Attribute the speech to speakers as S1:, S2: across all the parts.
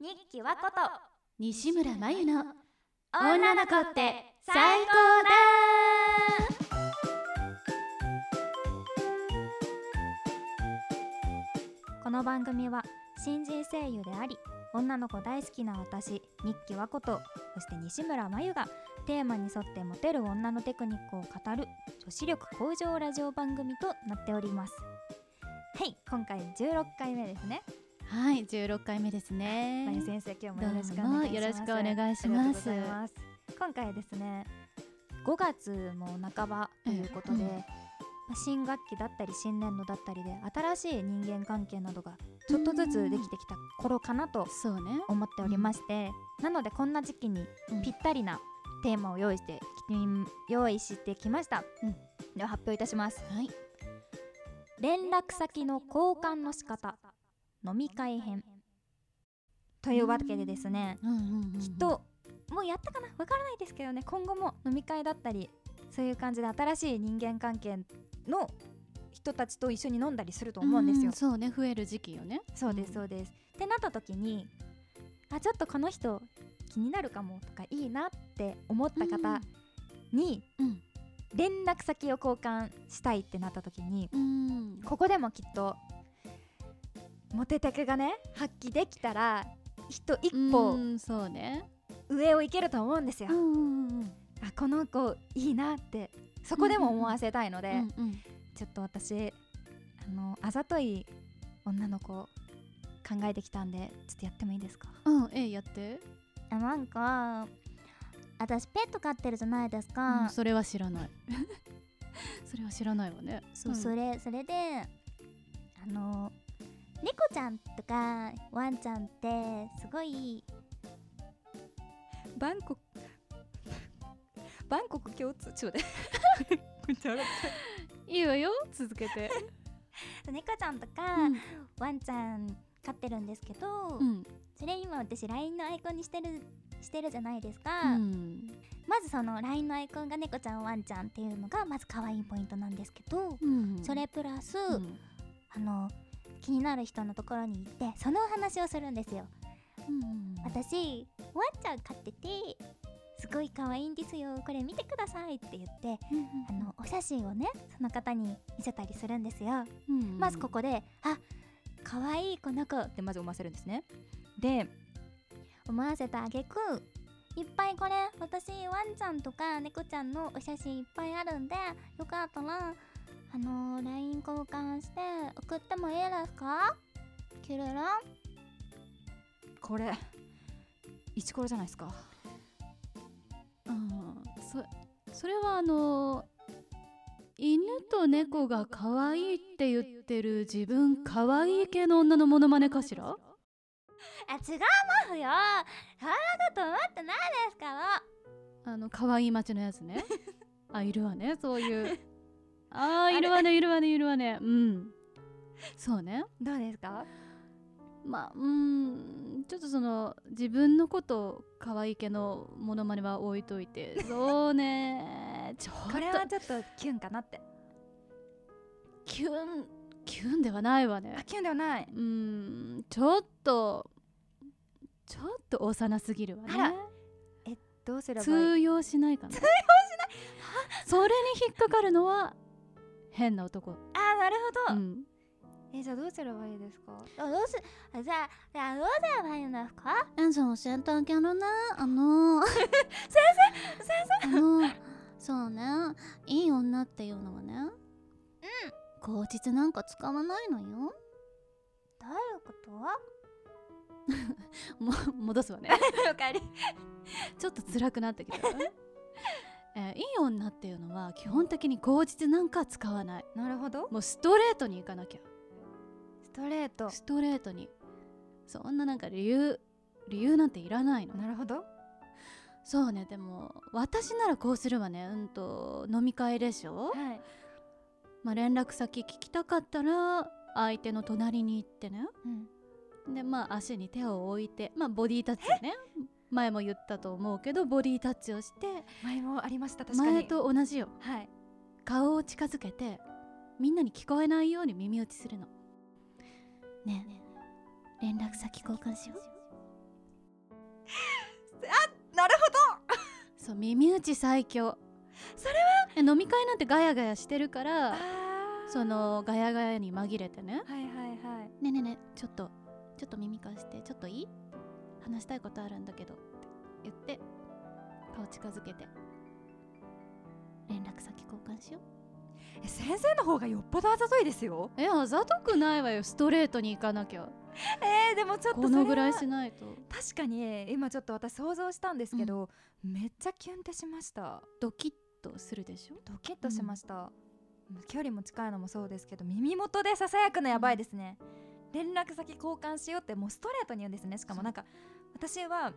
S1: ニッキワこと
S2: 西村真由の
S1: 女の子って最高だこの番組は新人声優であり女の子大好きな私日記和子とそして西村真由がテーマに沿ってモテる女のテクニックを語る女子力向上ラジオ番組となっておりますはい今回16回目ですね
S2: はい16回目ですね
S1: まゆ先生今日もよろしくお
S2: どうも
S1: 願いします
S2: よろしくお願いします
S1: ありがとうございます今回ですね5月も半ばということ
S2: うん
S1: で、
S2: うん
S1: まあ新学期だったり新年度だったりで新しい人間関係などがちょっとずつできてきた頃かなと
S2: そうね
S1: 思っておりまして、なのでこんな時期にぴったりなテーマを用意してきて用意してきました、
S2: うん
S1: では発表いたします
S2: はい
S1: 連絡先の交換の仕方飲み会編というわけでですね、
S2: うんうんうん
S1: きっともうやったかなわからないですけどね今後も飲み会だったりそういう感じで新しい人間関係の人たちと一緒に飲んだりすると思うんですよ。
S2: そうね増える時期よね
S1: そうですそうです。ってなった時にあちょっとこの人気になるかもとかいいなって思った方に
S2: うん
S1: 連絡先を交換したいってなった時に
S2: うん
S1: ここでもきっとモテテクがね発揮できたら人一
S2: う
S1: 歩
S2: んそうね
S1: 上を行けると思うんですよ。
S2: んうん
S1: あこの子いいなってそこでも思わせたいので、
S2: うん
S1: ちょっと私あのあざとい女の子考えてきたんでちょっとやってもいいですか
S2: うんえやって
S1: あなんか私ペット飼ってるじゃないです
S2: うんそれは知らない それは知らないわねん
S1: れそれであの猫ちゃんとかワンちゃんってすごいバンコクバンコク共通ちょっと待って
S2: いいわよ続けて
S3: 猫ちゃんとか、ワンちゃん飼ってるんですけど、
S2: うん
S3: それ今私 LINE のアイコンにしてるしてるじゃないですか、
S2: うん
S3: まずその LINE のアイコンが猫ちゃんワンちゃんっていうのがまず可愛いポイントなんですけど、
S2: うん
S3: それプラス、
S2: うん
S3: あの気になる人のところに行ってそのお話をするんですよ
S2: うん
S3: 私ワンちゃん飼っててすごい可愛いんですよこれ見てくださいって言ってあのお写真をねその方に見せたりするんですよ
S2: うん
S3: まずここで「あ可愛いこの子」
S1: でまず思わせるんですねで
S3: 思わせたあげくいっぱいこれ私ワンちゃんとか猫ちゃんのお写真いっぱいあるんでよかったらあのー、LINE 交換して送ってもいいですかキュルルン
S1: これイチコロじゃないですか
S2: うんそそれはあの犬と猫が可愛いって言ってる自分可愛い系の女のモノマネかしら
S3: あ違いますよそんなこと思ってないですから
S2: あの可愛い町のやつ ねあいるわねそういうあーいるわねいるわねいるわねうんそうね
S1: どうですか
S2: まあうんちょっとその自分のこと可愛い系のモノマネは置いといてそう ねちょっと
S1: これはちょっとキュンかなって
S2: キュンキュンではないわね
S1: あキュンではないう
S2: ーんちょっとちょっと幼すぎるわね
S1: あらどうすればいい
S2: 通用しないかな通用しないそれに引っかかるのは変な男
S1: あーなるほ
S2: う
S1: ど、
S2: ん
S1: えじゃあどうすればいいですか
S3: あどうすあじゃあじゃあどうすればいいんですか
S4: エンさん教えてあげるねあのー、先生先生あのー、 そうねいい女っていうのはねうん口実なんか使わないのよ
S3: どういうこと
S2: も戻すわね
S1: おかえり
S2: ちょっと辛くなってきた、えーいい女っていうのは基本的に口実なんか使わない
S1: なるほど
S2: もうストレートに行かなきゃ
S1: ストレート
S2: ストレートにそんななんか理由理由なんていらないの
S1: なるほど
S2: そうねでも私ならこうするわねうんと飲み会でしょ、
S1: はい
S2: まあ、連絡先聞きたかったら相手の隣に行ってね
S1: うん
S2: でまあ足に手を置いてまあボディタッチね前も言ったと思うけどボディタッチをして
S1: 前もありました確かに
S2: 前と同じよ
S1: はい
S2: 顔を近づけてみんなに聞こえないように耳打ちするの
S4: ねえ連絡先交換しよう
S2: そう耳打ち最強
S1: そ
S2: れは飲み会なんてガヤガヤしてるから
S1: あ
S2: そのガヤガヤに紛れてね
S1: はいはいはい
S4: ねえねえねえちょっとちょっと耳貸してちょっといい話したいことあるんだけどって言って顔近づけて連絡先交換しよ
S1: え先生の方がよっぽどあざといですよ
S2: えあざとくないわよストレートに行かなきゃ
S1: えー、でもちょっと
S2: このぐらいしないと
S1: 確かに今ちょっと私想像したんですけど、めっちゃキュンってしました
S2: ドキッとするでしょ
S1: ドキッとしました、距離も近いのもそうですけど耳元でささやくのやばいですね、連絡先交換しようってもうストレートに言うんですねしかもなんか私は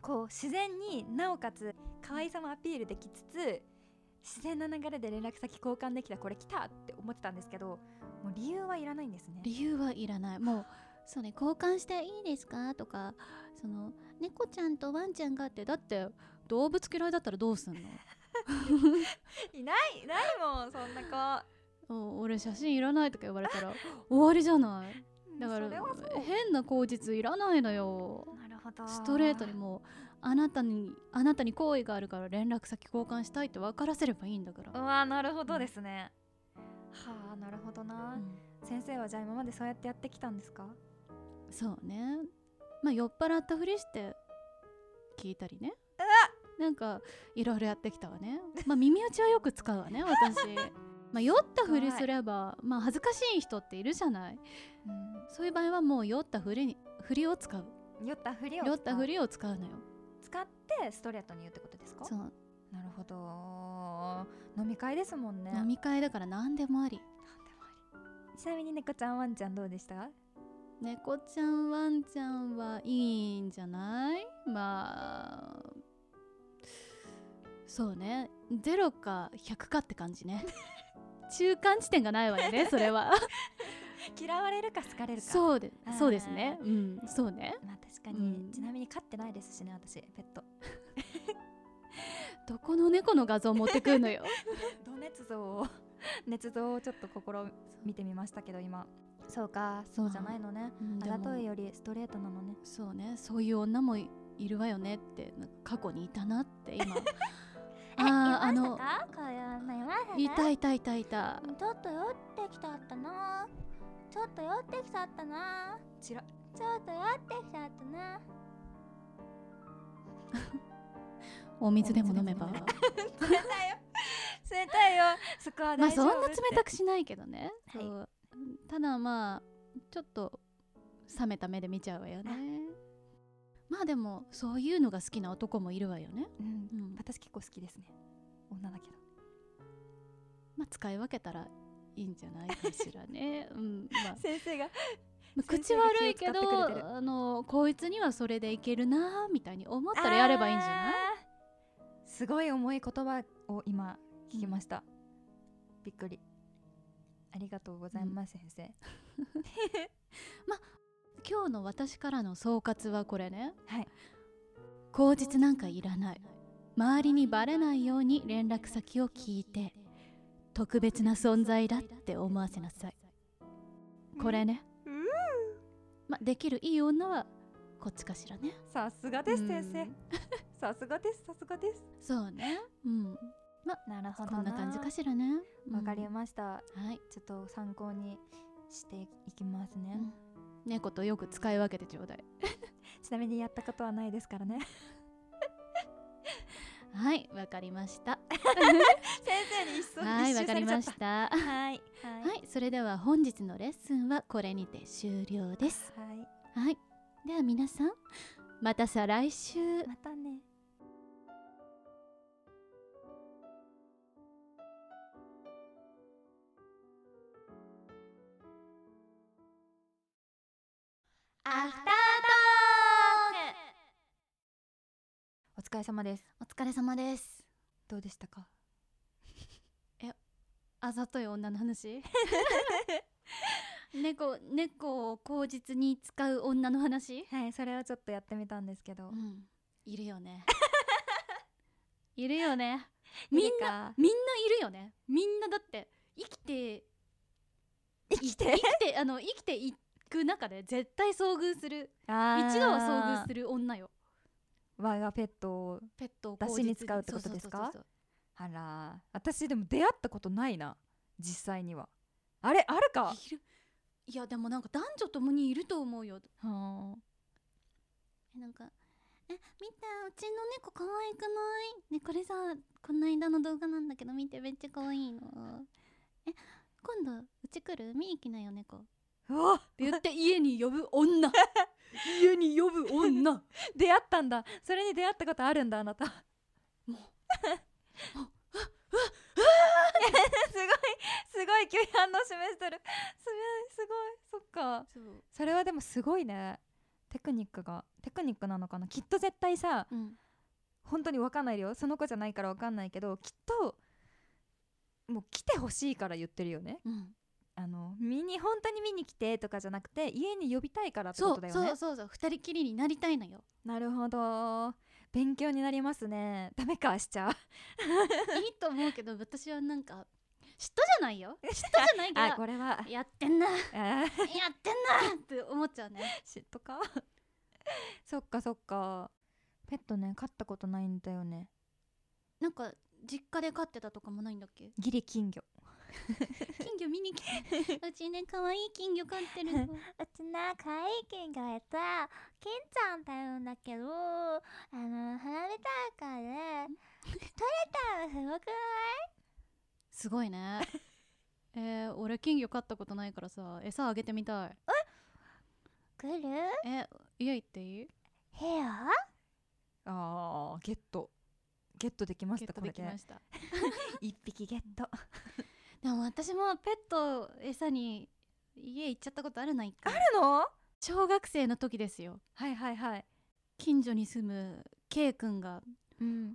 S1: こう自然になおかつ可愛さもアピールできつつ自然な流れで連絡先交換できたこれ来たって思ってたんですけどもう理由はいらないんですね
S2: 理由はいらないもう
S4: うそれ交換していいですかとかその猫ちゃんとワンちゃんがってだ
S2: だって動物嫌いだったらどう すんの
S1: いないいないもんそんな
S2: お俺写真いらないとか言われたら終わりじゃない
S1: 子
S2: だから
S1: それはそう
S2: 変な口実いらないのよ
S1: なるほど
S2: ストレートにもうあなたにあなたに好意があるから連絡先交換したいって分からせればいいんだか
S1: う
S2: ら、
S1: わなるほどですね、はあなるほどな、
S2: うん
S1: 先生はじゃあ今までそうやってやってきたんですか
S2: そうねまあ酔っ払ったふりして聞いたりねなんかいろいろやってきたわねまあ耳打ちはよく使うわね 私まあ酔ったふりすればまあ恥ずかしい人っているじゃないそういう場合はもう酔ったふりにふりを使う
S1: 酔ったふりを
S2: 酔ったふりを使うのよ
S1: 使ってストレートに言うってことですか
S4: そう
S1: なるほど飲み会ですもんね
S2: 飲み会だから何でもあり
S1: なんでもありちなみに猫ちゃんワンちゃんどうでした
S2: 猫ちゃんワンちゃんはいいんじゃないまあそうね0か100かって感じ ね中間地点がないわよねそれは
S1: 嫌われるか好かれるかう
S2: そうで
S1: あー
S2: そうですねうんそうね
S1: まあ確かに、
S2: うん
S1: ちなみに飼ってないですしね私ペット
S2: どこの猫の画像持ってくるのよ
S1: ど熱像を熱像をちょっと心見てみましたけど今そうか そうじゃないのね
S2: うん
S1: あ
S2: でも
S1: ざといよりストレートな のね
S2: そうねそういう女もいいるわよねってなんか過去にいたなって 今
S3: え、い
S2: あー
S3: ましたかこういうのいました
S2: い
S3: か
S2: たいたいたいた
S3: ちょっと酔ってきちゃったなちょっと酔ってきちゃったな
S1: ちら
S3: ちょっと酔ってきちゃったな
S2: お水でも飲めば
S1: お水でも冷 たいよ冷たいよそこは
S2: まあ
S1: 大
S2: そ
S1: 丈
S2: ん
S1: 夫
S2: な冷たくしないけどね、
S1: はい
S2: そうただまあちょっと冷めた目で見ちゃうわよねまあでもそういうのが好きな男もいるわよね、
S1: うん
S2: うん
S1: 私結構好きですね女だけど
S2: まあ使い分けたらいいんじゃないかしら ね、うんまあ
S1: 先生が
S2: まあ
S1: 先
S2: 口
S1: 生が
S2: 悪いけ
S1: 気を使ってくれて
S2: どあのこいつにはそれでいけるなみたいに思ったらやればいいんじゃない
S1: あーすごい重い言葉を今聞きました、びっくりありがとうございます、先
S2: 今日の私からの総括はこれね
S1: はい
S2: 口実なんかいらない周りにバレないように連絡先を聞いて特別な存在だって思わせなさい
S1: 生
S2: これね
S1: うん
S2: まできるいい女はこっちかしらね
S1: さすがです先
S2: う
S1: 生
S2: ん
S1: さすがですさすがです
S2: そうねうん
S1: なるほ
S2: こんな感じかしらね
S1: わかり
S2: ま
S1: ました
S2: すはい
S1: ちょっと参考にしていきますね、
S2: うん猫とよく使い分けてちょうだい
S1: ちなみにやったことはないですからね
S2: はいわかりました
S1: 先生に一層
S2: はいわかりました
S1: はいはい
S2: はい、それでは本日のレッスンはこれにて終了です。
S1: はい
S2: はい、では皆さん、また再来週。
S1: またね
S3: アフタートーク
S1: お疲れ様です
S4: お疲れ様です
S1: どうでしたか
S2: あざとい女の話。 猫、猫を口実に使う女の話。
S1: はいそれをちょっとやってみたんですけど、
S2: うん、いるよね。 いるよね。
S1: み
S2: み
S1: ん
S2: ん
S1: な
S2: みんないるよね。みんなだって生きて
S1: 生きて
S2: 生きてあの生きていく中で絶対遭遇する
S1: あー
S2: 一度は遭遇する女よ。
S1: 我がペットを
S2: ペットを
S1: 出汁に使うってことですかあら私でも出会ったことないな実際にはあれあるか
S2: いるいやでもなんか男女ともにいると思うよ
S1: は
S4: なんかえ見てうちの猫可愛くないねこれさこないだの動画なんだけど見てめっちゃ可愛いのえ今度うち来る見に来なよ猫
S1: あうわ
S2: って言って家に呼ぶ女 家に呼ぶ女
S1: 出会ったんだそれに出会ったことあるんだあなた す
S2: も
S1: ごいすごい急に反応示してるすごいすごいそっか
S2: うそう
S1: それはでもすごいねテクニックがテクニックなのかなきっと絶対さ
S4: うん
S1: 本当に分かんないよその子じゃないから分かんないけどきっともう来てほしいから言ってるよね
S4: うん
S1: あの見に本当に見に来てとかじゃなくて家に呼びたいからって
S4: そ
S1: こ
S4: う
S1: とだよね
S4: そうそうそう二人きりになりたいのよ
S1: なるほど勉強になりますねダメかしちゃう
S4: いいと思うけど私はなんか嫉妬じゃない よ嫉妬じゃない
S1: あ
S4: け
S1: これは
S4: どやってんなや
S1: あー
S4: ってんなって思っちゃうね
S1: 嫉妬か そっかそっかペットね飼ったことないんだよね
S4: なんか実家で飼ってたとかもないんだっけ
S1: ギリ金魚
S4: 金魚見に来て うちね可愛い金魚飼ってるの
S3: うちな可愛い金がいた金ちゃんって言うんだけどあの花火大会で取れたのすごく
S2: すごい ねえー、俺金魚飼ったことないからさ餌あげてみたい
S3: ない来る
S2: え家行っていい
S3: 部屋
S1: あーゲットゲットできま
S2: ゲ
S1: し
S2: ッ
S1: た
S2: ト
S1: これ
S2: でき
S1: で
S2: ました
S1: 一匹ゲット
S4: でも私もペットを餌に家行っちゃったことあるな一回
S1: なの
S2: 小学生の時ですよ
S1: はいはいはい
S2: 近所に住む K 君が
S1: うん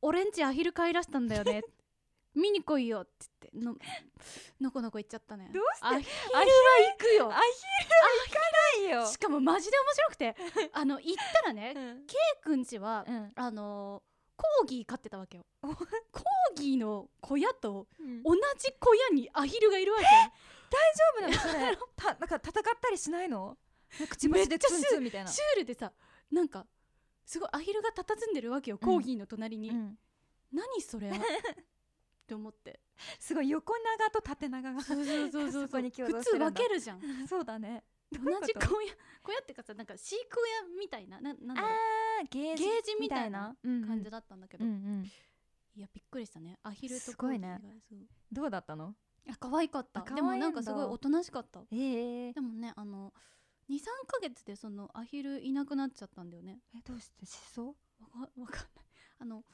S2: 俺んちアヒル飼いらしたんだ よね見に来いよって言ってののこのこ行っちゃったね
S1: どうして
S2: アヒアヒルは行くよ
S1: ないよ
S2: しかもマジで面白くてあの行ったらね
S1: う
S2: K
S1: ん
S2: 君ちは、
S1: うん
S2: あのコーギー飼ってたわけよ コーギーの小屋と
S1: うん
S2: 同じ小屋にアヒルがいるわけよ
S1: 大丈夫なの それたなんか戦ったりしないのくちばしでツンツンみたいな
S2: シュールでさなんかすごいアヒルが佇んでるわけよ、
S1: うん
S2: コーギーの隣に、
S1: うん
S2: 何それって思 って
S1: すごい横長と縦長が
S2: そうそうそうそう
S1: そこに共
S2: 普
S1: 存し
S2: 通
S1: てるんだ
S2: 分けるじゃん
S1: そうだね
S2: 同
S1: ういうこと
S2: じ小屋小屋ってかさなんか飼育小屋みたいなななんだ
S1: あ
S2: ろ
S1: ーゲー
S2: う
S1: ジ
S2: ゲージみたいな感じ
S1: だ
S2: だったんだけ
S1: う
S2: ど、
S1: んうん
S2: いやびっくりしたねアヒルと
S1: すごいね
S2: コーギーがそう
S1: どうだったの
S2: あ可愛かった
S1: あ可愛
S2: で
S1: いんだ
S2: もなんかすごいおとなしかった
S1: えー、え
S2: でもねあの23ヶ月でそのアヒルいなくなっちゃったんだよね
S1: どうしてしそ
S2: わかわかんないあの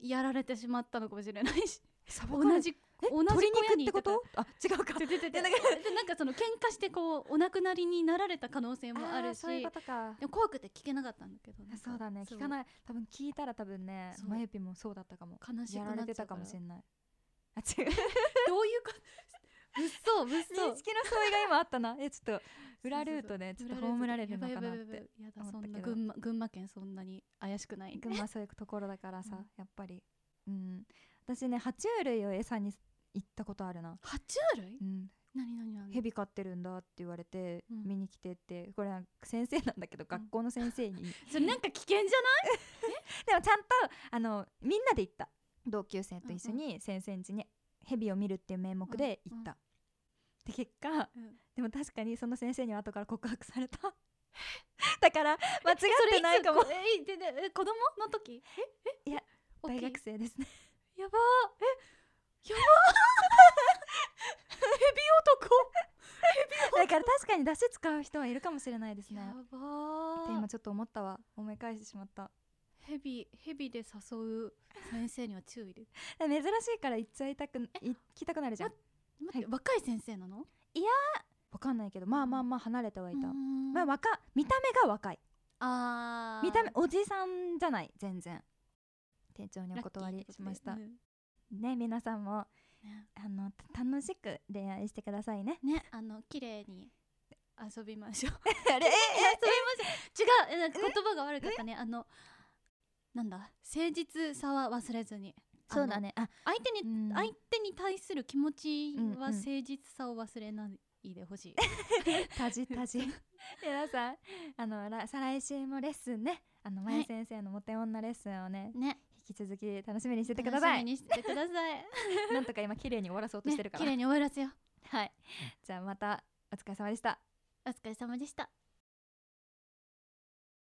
S2: やられてしまったのかもしれない し
S1: さ
S2: 同じ
S1: え
S2: 同じ小
S1: 鶏
S2: 屋
S1: 肉っ
S2: に
S1: て
S2: いた
S1: こ
S2: から
S1: とあ違うか
S2: でででで
S1: い
S2: で
S1: やなんか
S2: なんかその喧嘩してこうお亡くなりになられた可能性もあ
S1: あ
S2: る
S1: る
S2: し
S1: そういうことか
S2: でも怖くて聞けなかったんだけど
S1: あそうだね聞か
S2: い
S1: ない多分聞いたら多分ね
S2: そう
S1: まゆぴもそうだったかも
S2: 悲しく
S1: や
S2: な
S1: ら
S2: っ
S1: れ
S2: ちゃ
S1: て
S2: うか
S1: た
S2: ら
S1: かもしれないあ違う
S2: どういうか物騒物
S1: 認識の
S2: 騒
S1: 相違が今あった なえちょっと 裏ルートでちょっと葬られるのか
S2: やば
S1: ないっ
S2: やばいや
S1: て
S2: ばいや
S1: 思
S2: だ
S1: った
S2: そんな
S1: けど
S2: 群馬群馬県そんなに怪しくない
S1: 群馬そういうところだからさ
S2: うん
S1: やっぱりうん私ね爬虫類を餌に行ったことあるな
S2: 爬虫類
S1: うん
S2: 何何何
S1: 蛇飼ってるんだって言われて
S2: うん
S1: 見に来てってこれは先生なんだけど学校の先 生に
S2: それなんか危険じゃない
S1: でもちゃんとあのみんなで行った同級生と一緒に先生ん家に蛇を見るっていう名目で行った、で結果、
S2: うん
S1: でも確かにその先生には後から告白 されただから間違ってないかも
S2: それいつこえででえ子供の時ええ
S1: いや
S2: 大き
S1: 大
S2: い
S1: 学生ですね
S2: やばーえやばー ヘビ男
S1: だから確かに出汁使う人はいるかもしれないですね
S2: やば
S1: って今
S2: ー
S1: ちょっと思ったわ思い返してしまった
S2: ヘビヘビで誘う先生には注意で
S1: 珍しいから行っちゃいたく行きたくなるじゃん
S2: 待って、若い先生なの
S1: わかんないけどまあまあまあ離れてはいた、
S4: うん
S1: まあ若見た目が若い
S2: あ
S1: 見た目おじさんじゃない全然店長にお断りしました
S2: ね
S1: ね皆さんも
S2: ね
S1: あのた楽しく恋愛してくださいね
S4: ね
S2: あの綺麗に遊びましょう
S1: あれ
S2: 違うえなんか言葉が悪かったねあのなんだ誠実さは忘れずにあの
S1: そうだねあ
S2: 相手に、
S1: うん
S2: 相手に対する気持ち
S1: うんうん
S2: は誠実さを忘れないいでほしい
S1: たじたじ皆さんあのら再来週もレッスンねあの、
S4: い
S1: まゆ先生のモテ女レッスンをね
S4: ね
S1: 引き続き楽しみにしててくだ
S4: 楽し
S1: さ
S4: み
S1: い
S4: にして ください
S1: なんとか今綺麗に終わらそうとしてるから、
S4: ね綺麗に終わらせよう
S1: はいじゃあまたお疲れ様でした
S4: お疲れ様でした